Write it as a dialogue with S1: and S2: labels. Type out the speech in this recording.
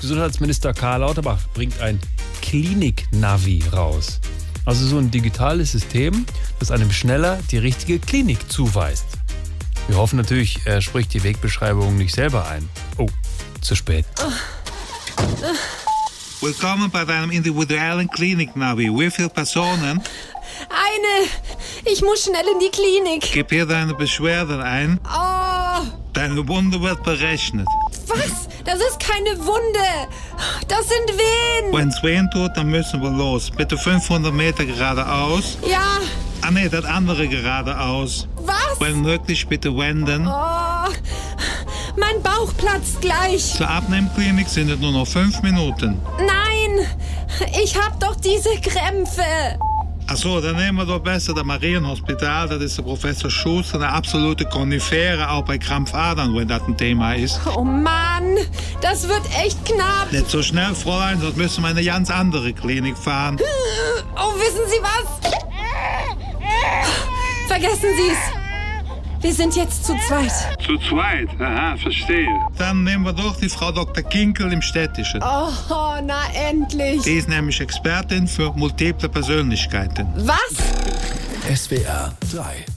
S1: Bundesgesundheitsminister Karl Lauterbach bringt ein Klinik-Navi raus. Also so ein digitales System, das einem schneller die richtige Klinik zuweist. Wir hoffen natürlich, er spricht die Wegbeschreibung nicht selber ein. Oh, zu spät.
S2: Willkommen bei deinem individuellen Klinik-Navi. Wie viele Personen?
S3: Eine! Ich muss schnell in die Klinik.
S2: Gib hier deine Beschwerden ein.
S3: Oh,
S2: Deine Wunde wird berechnet.
S3: was? Das ist keine Wunde. Das sind Wehen.
S2: Wenn's wehen tut, dann müssen wir los. Bitte 500 Meter geradeaus.
S3: Ja,
S2: Ah nee, das andere geradeaus.
S3: was?
S2: Wenn möglich, bitte wenden.
S3: Oh, mein Bauch platzt gleich.
S2: Zur Abnehmklinik sind es nur noch 5 Minuten.
S3: Nein, ich hab doch diese Krämpfe.
S2: Achso, dann nehmen wir doch besser das Marienhospital. Das ist der Professor Schuster, eine absolute Konifere, auch bei Krampfadern, wenn das ein Thema ist.
S3: Oh Mann, das wird echt knapp.
S2: Nicht so schnell, Fräulein, sonst müssen wir in eine ganz andere Klinik fahren.
S3: Oh, wissen Sie was? Vergessen Sie es. Wir sind jetzt zu zweit.
S4: Zu zweit, aha, verstehe.
S2: Dann nehmen wir doch die Frau Dr. Kinkel im Städtischen.
S3: Oh, na endlich.
S2: Die ist nämlich Expertin für multiple Persönlichkeiten.
S3: Was?
S5: SWR 3.